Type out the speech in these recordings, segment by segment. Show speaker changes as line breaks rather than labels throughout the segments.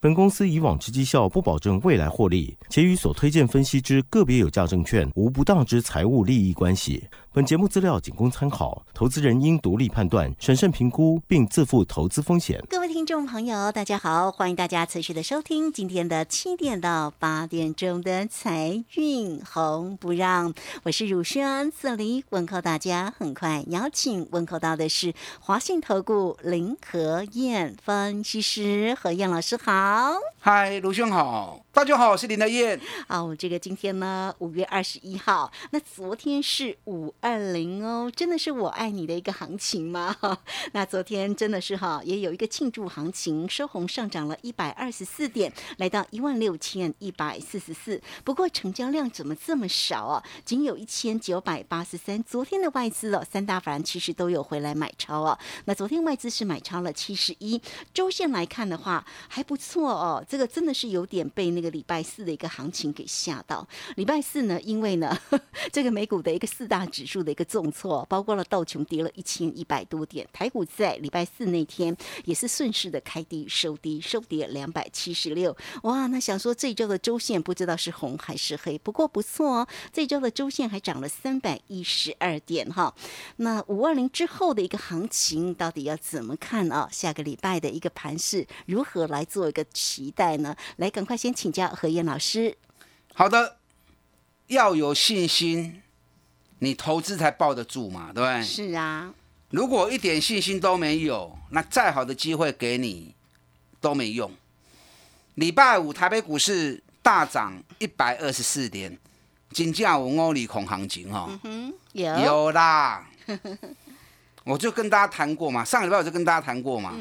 本公司以往之绩效不保证未来获利，且与所推荐分析之个别有价证券无不当之财务利益关系。本节目资料仅供参考，投资人应独立判断、审慎评估，并自负投资风险。
各位听众朋友，大家好，欢迎大家持续的收听今天的七点到八点钟的财运红不让，我是汝轩，这里问候大家。很快邀请问候到的是华信投顾林和燕分析师，何燕老师好。
嗨，卢兄好，大家好，我是林德燕。
哦，这个今天呢，五月二十一号，那昨天是五二零哦，真的是我爱你的一个行情吗？ 那昨天真的是哈，也有一个庆祝行情，收红上涨了一百二十四点，来到一万六千一百四十四。不过成交量怎么这么少哦、啊？仅有一千九百八十三。昨天的外资哦，三大法人其实都有回来买超哦、啊。那昨天外资是买超了七十一，周线来看的话还不错哦，这个真的是有点被那个礼拜四的一个行情给吓到。礼拜四呢，因为呢 呵呵这个美股的一个四大指数的一个重挫，包括了道琼跌了一千一百多点，台股在礼拜四那天也是顺势的开低收低，收跌两百七十六。哇，那想说这周的周线不知道是红还是黑，不过不错哦，这周的周线还涨了三百一十二点哈。那五二零之后的一个行情到底要怎么看啊？下个礼拜的一个盘势如何来做一个期待呢？来，赶快先请教何燕老师。
好的，要有信心，你投资才抱得住嘛，对不对？
是啊，
如果一点信心都没有，那再好的机会给你都没用。礼拜五台北股市大涨一百二十四点，金价有欧里恐行情哈、哦。
嗯，有
有啦，我就跟大家谈过嘛，上礼拜我就跟大家谈过嘛。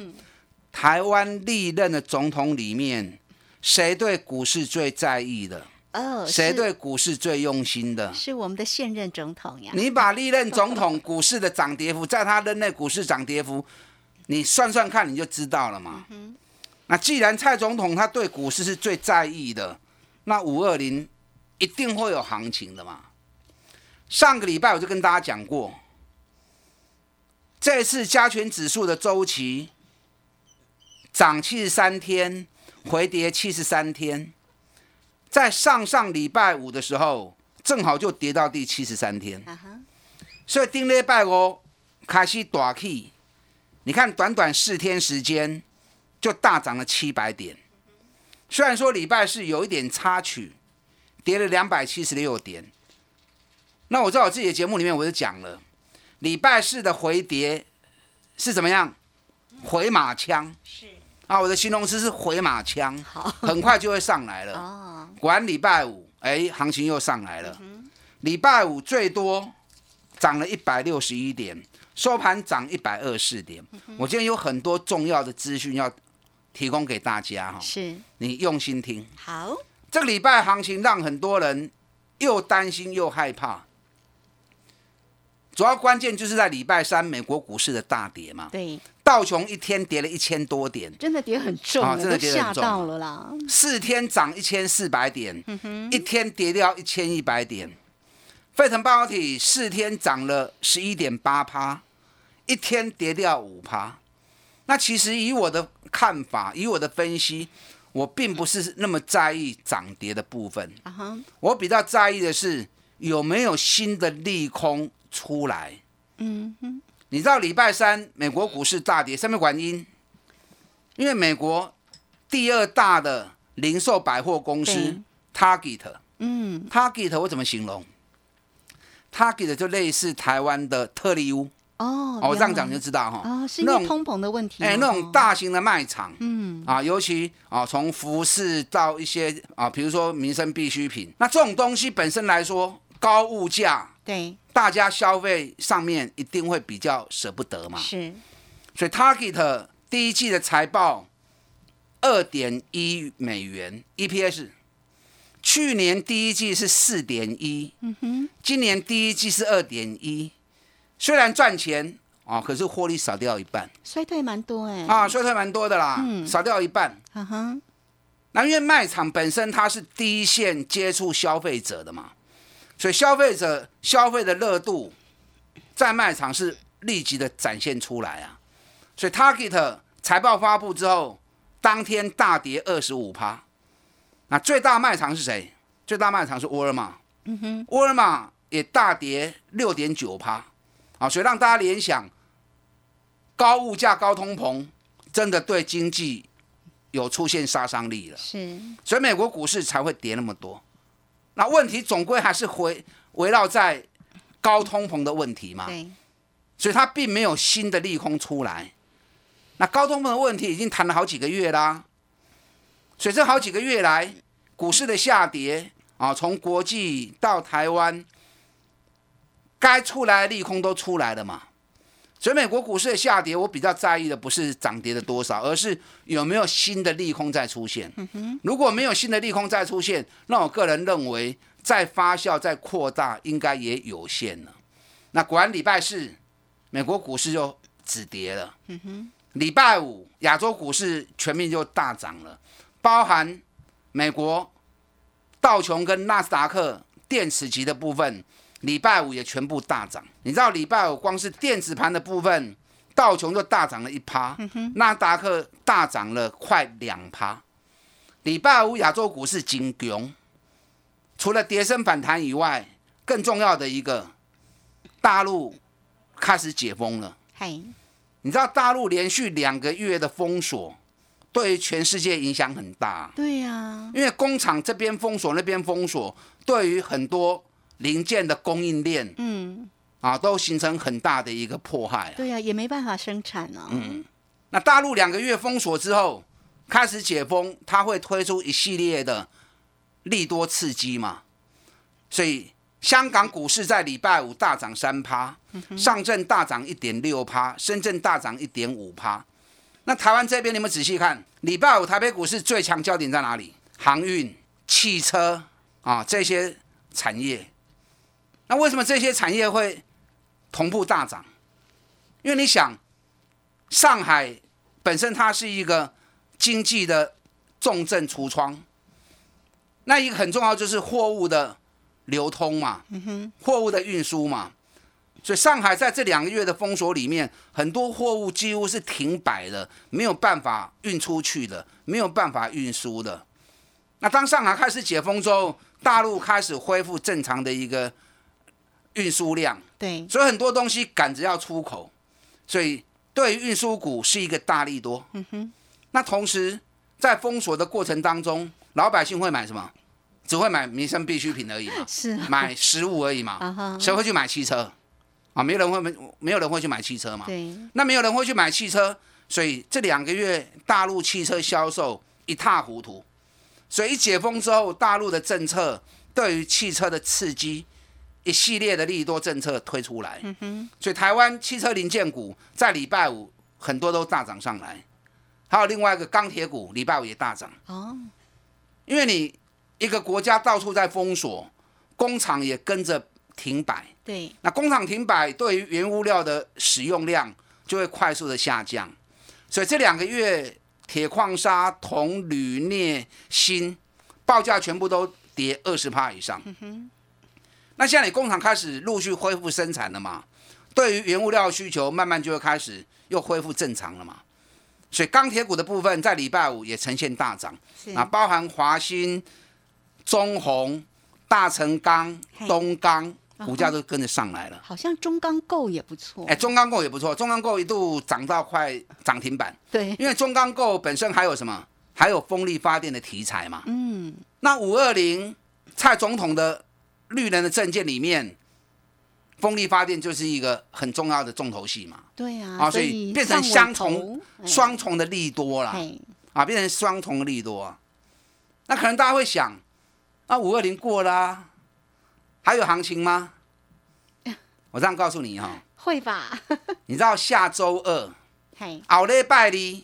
台湾历任的总统里面，谁对股市最在意的？
哦，
谁
是
对股市最用心的？
是我们的现任总统呀。
你把历任总统股市的涨跌幅，在他任内股市涨跌幅，你算算看你就知道了嘛。那既然蔡总统他对股市是最在意的，那五二零一定会有行情的嘛。上个礼拜我就跟大家讲过，这次加权指数的周期涨七十三天，回跌七十三天，在上上礼拜五的时候，正好就跌到第七十三天。
啊哈，
所以顶礼拜五开始大起，你看短短四天时间就大涨了七百点。虽然说礼拜四有一点插曲，跌了两百七十六点。那我在我自己的节目里面我就讲了，礼拜四的回跌是怎么样？回马枪
是
啊，我的形容词是回马枪，
好
很快就会上来了。
哦，嗯
果然礼拜五，哎，行情又上来了。礼拜五最多涨了一百六十一点，收盘涨一百二四点。
嗯
我今天有很多重要的资讯要提供给大家哈，
是
你用心听。
好，
这个礼拜行情让很多人又担心又害怕，主要关键就是在礼拜三美国股市的大跌嘛，
对，
道琼一天跌了一千多点，
真的跌很重
啊
了，
真的
都
跌得
吓
很重
到了啦。
四天涨一千四百点，一天跌掉一千一百点。费城半导体四天涨了十一点八趴，一天跌掉五趴。那其实以我的看法，以我的分析，我并不是那么在意涨跌的部分，
啊哈，
我比较在意的是有没有新的利空出来。
嗯哼，
你知道礼拜三美国股市大跌，上面管因，因为美国第二大的零售百货公司 Target，Target
嗯，
我怎么形容？Target 就类似台湾的特力屋，
哦，
哦，我这样
原
讲就
来
知道哈。
哦，是因为
那种
通膨的问题吗，哦
哎，那种大型的卖场
嗯，
啊，尤其啊，从服饰到一些啊，比如说民生必需品，那这种东西本身来说，高物价，
对，
大家消费上面一定会比较舍不得嘛。
是
所以 Target 第一季的财报二点一美元 EPS，去年第一季是四点一，
嗯
今年第一季是二点一，虽然赚钱哦，可是获利少掉一半
衰退蛮多哎，
啊，衰退蛮多的啦，少掉一半。
啊哈，
那因为卖场本身它是第一线接触消费者的嘛，所以消费者消费的热度在卖场是立即的展现出来啊。所以 Target 财报发布之后，当天大跌二十五趴。那最大卖场是谁？最大卖场是沃尔玛，嗯哼，沃尔玛也大跌六点九趴，啊，所以让大家联想，高物价、高通膨真的对经济有出现杀伤力了。
是
所以美国股市才会跌那么多。那问题总归还是回围绕在高通膨的问题嘛，
对，
所以它并没有新的利空出来。那高通膨的问题已经谈了好几个月啦，所以这好几个月来股市的下跌啊，从国际到台湾，该出来的利空都出来了嘛。所以美国股市的下跌，我比较在意的不是涨跌的多少，而是有没有新的利空在出现。如果没有新的利空再出现，那我个人认为再发酵、再扩大，应该也有限了。那果然礼拜四，美国股市就止跌了。嗯哼，礼拜五亚洲股市全面就大涨了，包含美国道琼跟纳斯达克电池级的部分，礼拜五也全部大涨。你知道礼拜五光是电子盘的部分，道琼就大涨了一趴，纳斯达克大涨了快两趴。礼拜五亚洲股市金熊，除了跌升反弹以外，更重要的一个，大陆开始解封了。
嗨，
你知道大陆连续两个月的封锁，对于全世界影响很大，
对呀，
因为工厂这边封锁，那边封锁，对于很多零件的供应链
嗯，
啊，都形成很大的一个迫害啊。
对呀，也没办法生产哦，嗯，
那大陆两个月封锁之后，开始解封，它会推出一系列的利多刺激嘛？所以香港股市在礼拜五大涨三趴，上证大涨一点六趴，深圳大涨一点五趴。那台湾这边你们仔细看，礼拜五台北股市最强焦点在哪里？航运、汽车啊这些产业。那为什么这些产业会同步大涨？因为你想，上海本身它是一个经济的重镇橱窗，那一个很重要就是货物的流通嘛，货物的运输嘛，所以上海在这两个月的封锁里面，很多货物几乎是停摆的，没有办法运出去的，没有办法运输的。那当上海开始解封之后，大陆开始恢复正常的一个运输量，
对，
所以很多东西赶着要出口，所以对于运输股是一个大利多。嗯哼。那同时在封锁的过程当中，老百姓会买什么？只会买民生必需品而已嘛，
是啊
买食物而已
啊哈
嘛，谁会去买汽车？啊，没有人会没没有人会去买汽车嘛。
对，
那没有人会去买汽车，所以这两个月大陆汽车销售一塌糊涂。所以一解封之后，大陆的政策对于汽车的刺激，一系列的利多政策推出来，所以台湾汽车零件股在礼拜五很多都大涨上来，还有另外一个钢铁股礼拜五也大涨。
哦，
因为你一个国家到处在封锁，工厂也跟着停摆，
对，
那工厂停摆对于原物料的使用量就会快速的下降，所以这两个月铁矿砂、铜、铝、镍、锌报价全部都跌二十趴以上。那现在你工厂开始陆续恢复生产了嘛？对于原物料需求慢慢就会开始又恢复正常了嘛？所以钢铁股的部分在礼拜五也呈现大涨。
是
啊，包含华兴、中红、大成钢
嘿、哦
东钢，股价都跟着上来了。
好像中钢构也不错，
哎，中钢构也不错，中钢构一度涨到快涨停板，
对，
因为中钢构本身还有什么？还有风力发电的题材嘛。
嗯，
那五二零蔡总统的绿人的证件里面，风力发电就是一个很重要的重头戏嘛，
对呀，
啊，所以
以
变成
上
相
尾
同
头、哎
双重的利多啦。
哎，
啊，变成双重的利多、啊。那可能大家会想，啊，五二零过啦、还有行情吗？我这样告诉你哈、
会吧？
你知道下周二，
嘿，
奥利拜利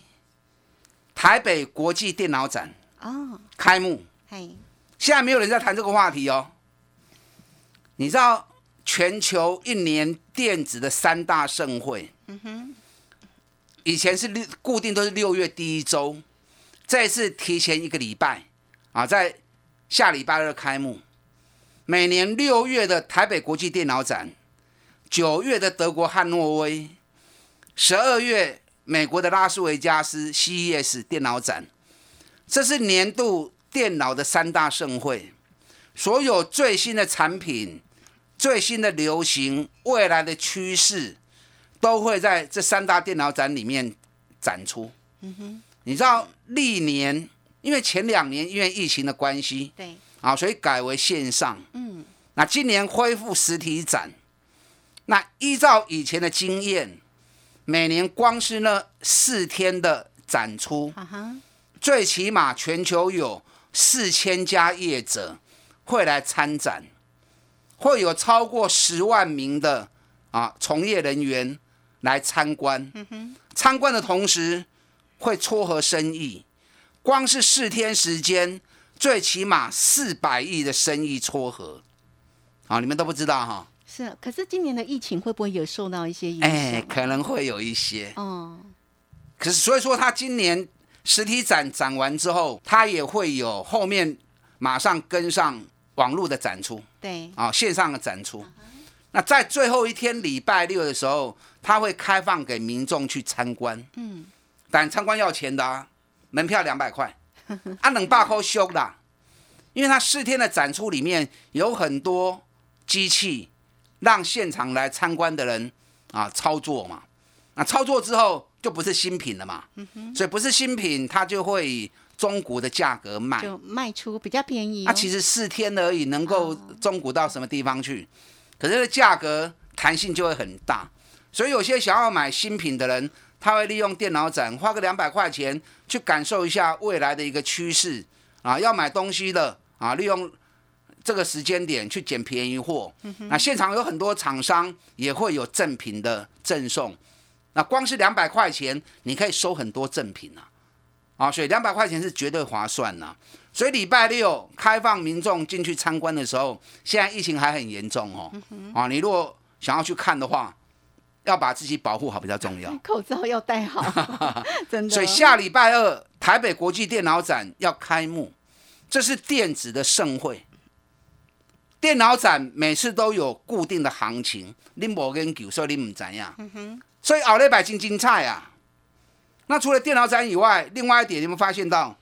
台北国际电脑展
哦，
开幕，
嘿，
现在没有人在谈这个话题哦。你知道全球一年电子的三大盛会，嗯哼，以前是六固定都是六月第一周，这一次提前一个礼拜啊，在下礼拜二开幕。每年六月的台北国际电脑展，九月的德国汉诺威，十二月美国的拉斯维加斯 CES E 电脑展，这是年度电脑的三大盛会，所有最新的产品、最新的流行、未来的趋势，都会在这三大电脑展里面展出。你知道历年，因为前两年因为疫情的关系
对，
啊，所以改为线上。
嗯，
那今年恢复实体展，那依照以前的经验，每年光是那四天的展出，
啊哈，
最起码全球有四千家业者会来参展，会有超过十万名的啊从业人员来参观。
嗯
参观的同时会撮合生意，光是四天时间，最起码四百亿的生意撮合。啊，你们都不知道哈，
是啊。可是今年的疫情会不会有受到一些影响？
哎，可能会有一些。
哦，
可是所以说，他今年实体展展完之后，他也会有后面马上跟上网络的展出
对，
啊，线上的展出。那在最后一天礼拜六的时候，他会开放给民众去参观，
嗯，
但参观要钱的啊，门票两百块，啊，冷霸扣修啦，啊因为他四天的展出里面有很多机器，让现场来参观的人啊操作嘛，那操作之后就不是新品了嘛，所以不是新品，它就会以中古的价格卖，
就卖出比较便宜、哦。哦
那、哎啊其实四天而已，能够中古到什么地方去？可是这个价格弹性就会很大，所以有些想要买新品的人，他会利用电脑展花个两百块钱去感受一下未来的一个趋势啊，要买东西的啊，利用这个时间点去捡便宜货。那现场有很多厂商也会有赠品的赠送，那光是两百块钱，你可以收很多赠品啊。啊，所以两百块钱是绝对划算呐、啊所以礼拜六开放民众进去参观的时候，现在疫情还很严重哦。啊，你如果想要去看的话，要把自己保护好比较重要。
口罩要戴 好，真的。
所以下礼拜二台北国际电脑展要开幕，这是电子的盛会。电脑展每次都有固定的行情，你无研究，所以你唔知呀。所以后礼拜真精彩啊！那除了电脑展以外，另外一点，你们发现到，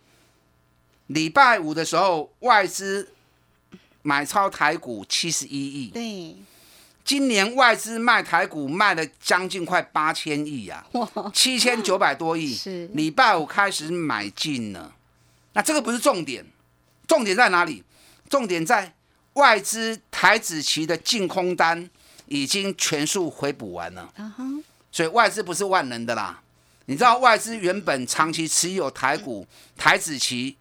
礼拜五的时候外资买超台股七十一亿，
对，
今年外资卖台股卖了将近快八千亿啊，七千九百多亿，
是
礼拜五开始买进了。那这个不是重点，重点在哪里？重点在外资台子期的净空单已经全数回补完了，
啊哈，
所以外资不是万能的啦。你知道外资原本长期持有台股
嗯
台子期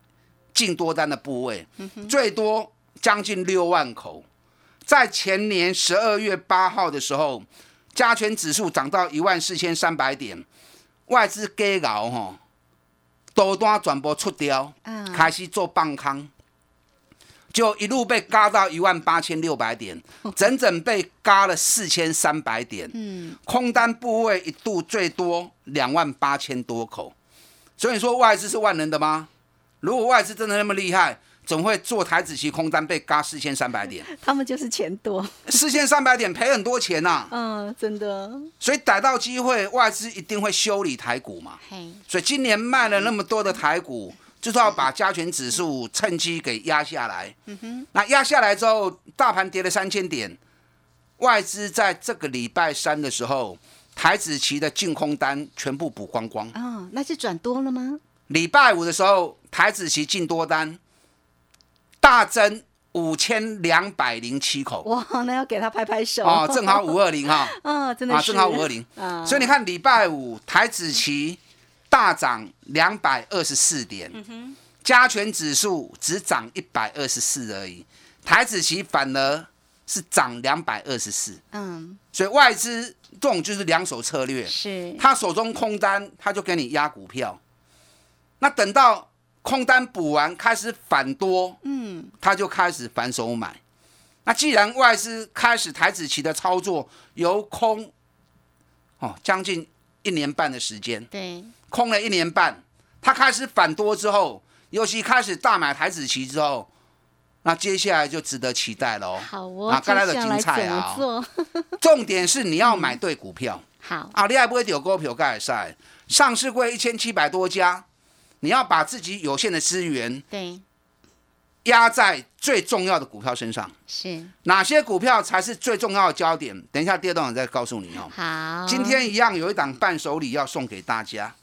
净多单的部位，最多将近六万口。在前年十二月八号的时候，加权指数涨到一万四千三百点，外资给熬吼，多单转播出掉
嗯，
开始做棒康，就一路被嘎到一万八千六百 点，整整被嘎了四千三百点。
嗯，
空单部位一度最多两万八千多口，所以你说外资是万能的吗？如果外资真的那么厉害，怎么会做台子期空单被嘎四千三百点？
他们就是钱多，
四千三百点赔很多钱呐、
嗯，真的。
所以逮到机会，外资一定会修理台股嘛。
嘿，
所以今年卖了那么多的台股，就是要把加权指数趁机给压下来。那压下来之后，大盘跌了三千点，外资在这个礼拜三的时候，台子期的净空单全部补光光。
啊、那是转多了吗？
礼拜五的时候，台子期净多单大增五千两百零七口，
哇，那要给他拍拍手
哦，正好五二零哈。
啊、真的
啊，
是
正好五二零
啊。
所以你看礼拜五台子期大涨两百二十四点，加权指数只涨一百二十四而已，台子期反而是涨两百二十四，
嗯，
所以外资这种就是两手策略，
是
他手中空单他就给你压股票，那等到空单补完开始反多，
嗯，
他就开始反手买。那既然外资开始台子期的操作，由空哦将近一年半的时间，
对，
空了一年半，他开始反多之后，尤其开始大买台子期之后，那接下来就值得期待喽。
好哦，
啊，
接
该来的
下
精
来
彩
怎么！
啊
做？
重点是你要买对股票。
好，
啊，你还不会丢股票盖赛，上市柜一千七百多家，你要把自己有限的资源
对，
压在最重要的股票身上。
是
哪些股票才是最重要的焦点？等一下第二段我再告诉你哦。
好。
今天一样有一档伴手礼要送给大家，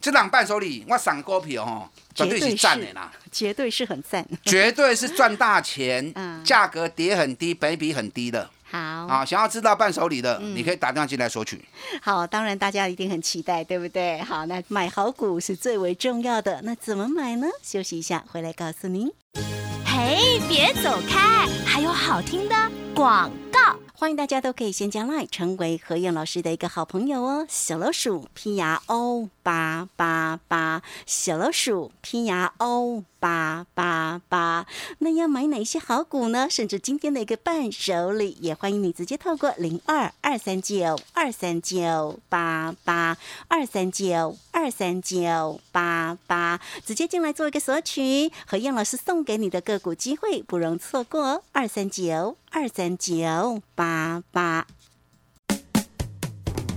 这档伴手礼我上股票哦，绝对是赞的啦，
绝对是很赞，
绝对是赚大 钱
嗯，
价格跌很低，本比很低的
好
啊。想要知道伴手礼的，你可以打电话进来索取。
好，当然大家一定很期待，对不对？好，那买好股是最为重要的，那怎么买呢？休息一下，回来告诉您。
嘿，别走开，还有好听的广告。
欢迎大家都可以先加 Line 成为何燕老师的一个好朋友哦。小老鼠拼牙 O 八八八，小老鼠拼牙 O 八八八。那要买哪些好股呢？甚至今天的一个伴手礼，也欢迎你直接透过零二二三九二三九八八二三九二三九八八直接进来做一个索取。何燕老师送给你的个股机会不容错过哦，二三九二三九八八。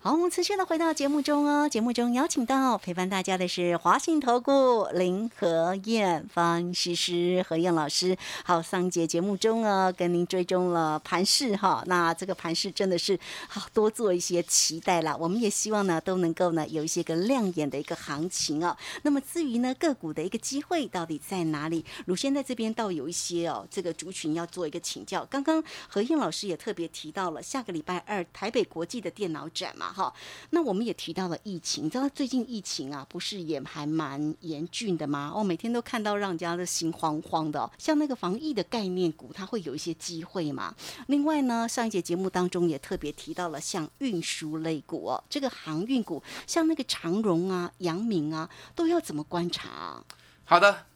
好，我们持续的回到节目中哦。节目中邀请到陪伴大家的是华信投顾林和燕方诗诗何燕老师。好，上一节节目中呢，跟您追踪了盘市哈，那这个盘市真的是好多做一些期待啦。我们也希望呢，都能够呢有一些个亮眼的一个行情哦。那么至于呢个股的一个机会到底在哪里，鲁先在这边倒有一些哦，这个族群要做一个请教。刚刚何燕老师也特别提到了，下个礼拜二台北国际的电脑展嘛，哈，那我们也提到了疫情，你知道最近疫情啊，不是也还蛮严峻的吗？哦，每天都看到让人家的心慌慌的哦、像那个防疫的概念股，它会有一些机会嘛。另外呢，上一节节目当中也特别提到了像运输类股哦，这个航运股，像那个长荣啊、阳明啊，都要怎么观察、啊？
好的，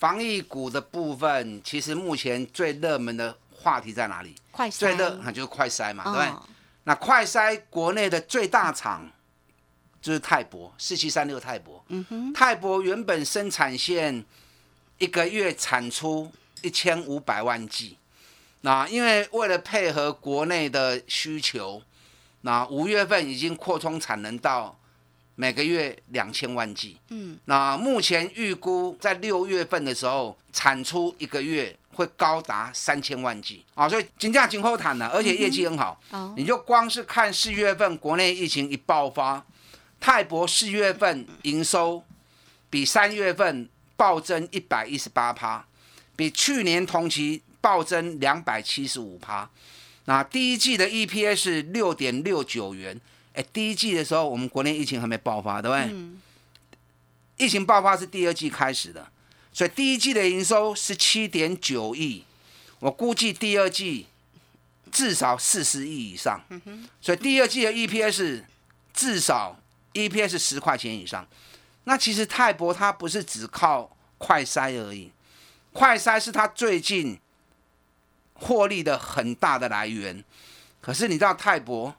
防疫股的部分，其实目前最热门的话题在哪里？
快
最
筛
热那啊就是快筛嘛，对不对？
哦
那快筛国内的最大厂就是泰博四七三六泰博，嗯哼，泰博原本生产线一个月产出一千五百万剂，那因为为了配合国内的需求，那五月份已经扩充产能到每个月两千万剂，嗯，那目前预估在六月份的时候产出一个月。会高达三千万剂啊，所以金价今后谈了，而且业绩很好。
哦
你就光是看四月份国内疫情一爆发，泰博四月份营收比三月份暴增一百一十八趴，比去年同期暴增两百七十五趴。那第一季的 E EPS 六点六九元，哎，第一季的时候我们国内疫情还没爆发，对不对？疫情爆发是第二季开始的，所以第一季的营收是七点九亿，我估计第二季至少四十亿以上，所以第二季的 EPS 至少 E EPS 十块钱以上。那其实泰博它不是只靠快筛而已，快筛是它最近获利的很大的来源。可是你知道泰博，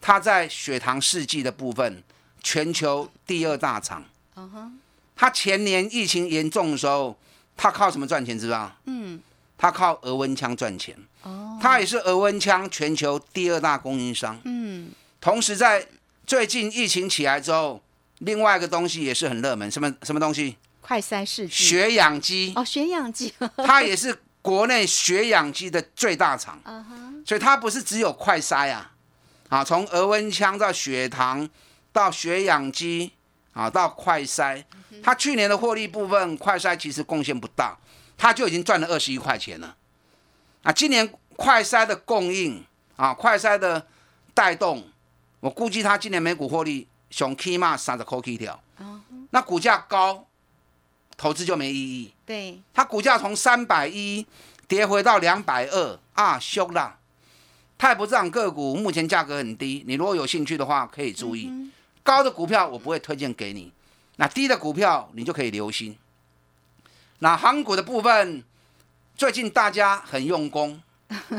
它在血糖试剂的部分，全球第二大厂。
嗯哼，
他前年疫情严重的时候，他靠什么赚钱？知道吗？
嗯，
他靠俄温枪赚钱。
哦，
他也是俄温枪全球第二大供应商。
嗯，
同时在最近疫情起来之后，另外一个东西也是很热门，什么什么东西？
快筛试剂
血氧机，
哦，血氧机，
它也是国内血氧机的最大厂。
嗯哼，
所以它不是只有快筛啊，啊，从额温枪到血糖，到血氧机啊，到快筛，
嗯
它去年的获利部分，快筛其实贡献不大，它就已经赚了二十一块钱了。啊，今年快筛的供应啊，快筛的带动，我估计它今年每股获利熊 K 嘛三十块起条，
嗯
那股价高，投资就没意义。
对，
它股价从三百一跌回到两百二啊，修啦！泰博这档个股目前价格很低，你如果有兴趣的话，可以注意。
嗯
高的股票我不会推荐给你，那低的股票你就可以留心。那航股的部分，最近大家很用功，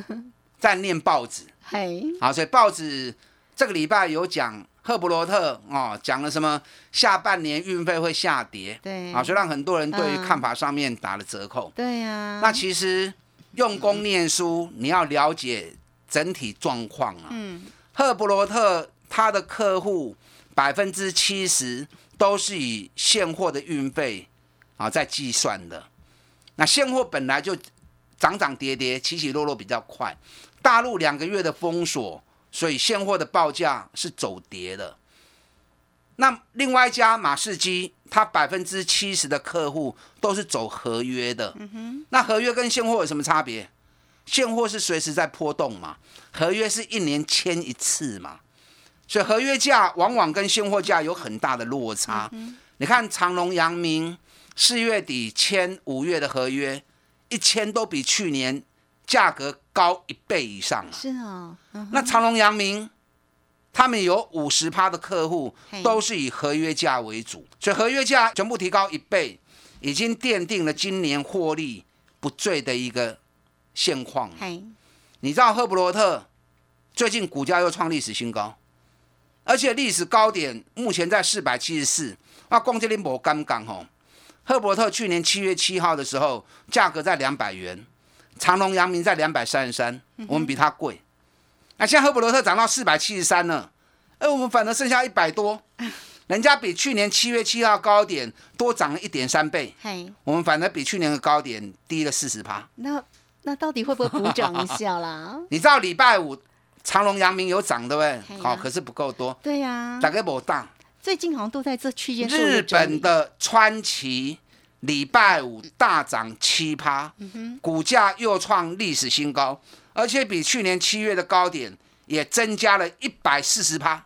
在念报纸
嘿，
啊，所以报纸这个礼拜有讲赫伯罗特哦，讲了什么下半年运费会下跌，
对
啊，所以让很多人对于
嗯
看法上面打了折扣。
对啊呀，
那其实用功念书，你要了解整体状况啊。
嗯，
赫伯罗特他的客户百分之七十都是以现货的运费啊在计算的。那现货本来就涨涨跌跌、起起落落比较快，大陆两个月的封锁，所以现货的报价是走跌的。那另外一家马士基，它百分之七十的客户都是走合约的。那合约跟现货有什么差别？现货是随时在波动嘛，合约是一年签一次嘛，所以合约价往往跟现货价有很大的落差。你看长隆、阳明四月底签五月的合约，一签都比去年价格高一倍以上啊。
是哦，嗯
那长隆、阳明，他们有五十趴的客户
嘿
都是以合约价为主，所以合约价全部提高一倍，已经奠定了今年获利不坠的一个现况了。
嘿，
你知道赫伯罗特最近股价又创历史新高，而且历史高点目前在四百七十四。那光这林博刚刚吼，赫伯罗特去年七月七号的时候，价格在两百元，长隆、阳明在两百三十三，我们比它贵。那现在赫伯罗特涨到四百七十三了，而我们反而剩下一百多，人家比去年七月七号高点多涨了一点三倍，
嘿，
我们反而比去年的高点低了四十趴。
那那到底会不会补涨一下 啦？
你知道礼拜五长隆、阳明有涨，对不
嘿
对？
呀
好、可是不够多，
对呀
大，概没大。
最近好像都在这区间做一个
日
整理
本的川崎礼拜五大涨七趴，
嗯
股价又创历史新高，而且比去年七月的高点也增加了一百四十趴。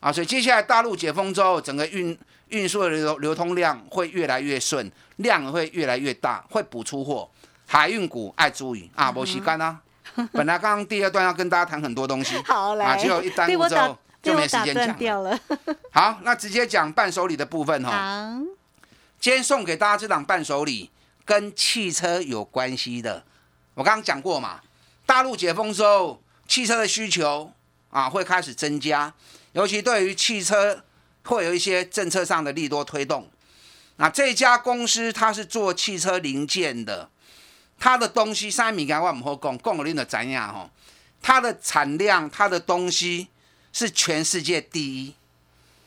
啊，所以接下来大陆解封之后，整个运运输的流流通量会越来越顺，量会越来越大，会补出货。海运股爱注意
嗯
啊，没时间啊。本来刚刚第二段要跟大家谈很多东西，
好来，
啊，结果一耽
被
误
我
之
打
后
被
就没
我
时
打
间
断
讲了。
掉了。
好，那直接讲伴手礼的部分哈、
好，
今天送给大家这档伴手礼跟汽车有关系的，我刚刚讲过嘛，大陆解封之后，汽车的需求啊会开始增加，尤其对于汽车会有一些政策上的利多推动。那这家公司它是做汽车零件的，它的东西三米干我唔好讲，讲了你就知影吼，它的产量它的东西是全世界第一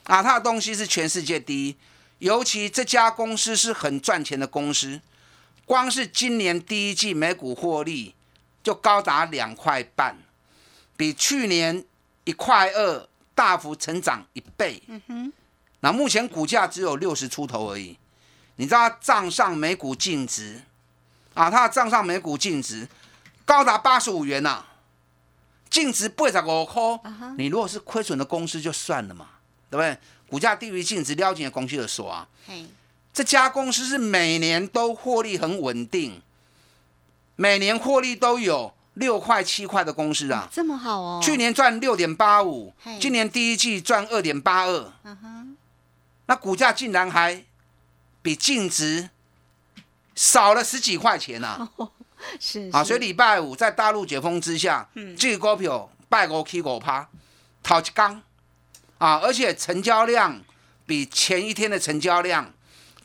啊，它的东西是全世界第一。尤其这家公司是很赚钱的公司，光是今年第一季每股获利就高达两块半，比去年一块二大幅成长一倍。嗯哼，那目前股价只有六十出头而已。你知道它账上每股净值啊，它的账上每股净值高达八十五元呐、净值八十五块。你如果是亏损的公司就算了嘛，对不对？股价低于净值撩进的公司的说啊，
嘿，
这家公司是每年都获利很稳定，每年获利都有六块七块的公司啊，
这么好哦，
去年赚六点八五
嘿，嗯
今年第一季赚二点八二，那股价竟然还比净值少了十几块钱啊呐、
是是
啊！
嗯
所以礼拜五在大陆解封之下，这个股票拜五起五趴，讨一缸啊！而且成交量比前一天的成交量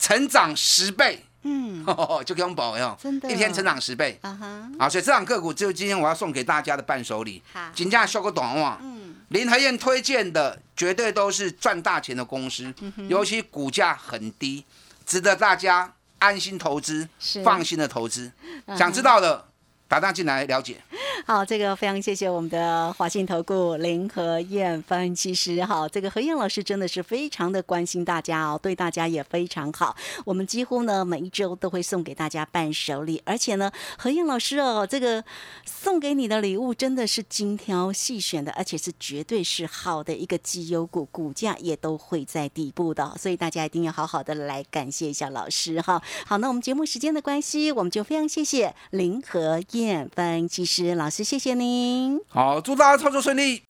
成长十倍， 哦
嗯
就给我们保哟，
真的
一天成长十倍
啊哈，
啊！所以这档个股就是今天我要送给大家的伴手礼
好，
金价修个短袜。
嗯
林和燕推荐的绝对都是赚大钱的公司，
嗯
尤其股价很低，值得大家安心投资
是、
放心的投资。
嗯
想知道的，打电话进来了解。
好，这个非常谢谢我们的华信投顾林和燕分析师。好，这个何燕老师真的是非常的关心大家哦，对大家也非常好。我们几乎呢每一周都会送给大家伴手礼，而且呢，何燕老师哦，这个送给你的礼物真的是精挑细选的，而且是绝对是好的一个绩优股，股价也都会在底部的，哦所以大家一定要好好的来感谢一下老师哈。好，那我们节目时间的关系，我们就非常谢谢林和燕分析师老师，谢谢您。
好，祝大家操作顺利。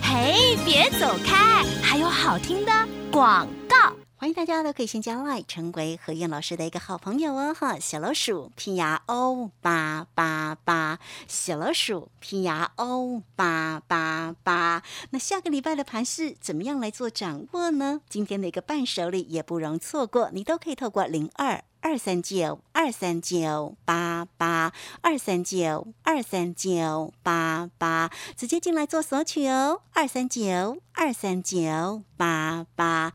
嘿，别走开，还有好听的广告。
欢迎大家都可以先加 Line 成为何燕老师的一个好朋友哦哈，小老鼠 P R O 八八八，小老鼠 P R O 八八八。那下个礼拜的盘势怎么样来做掌握呢？今天的一个伴手礼也不容错过，你都可以透过零二。二三九二三九八八二三九二三九八八，直接进来做索取哦，二三九二三九八八。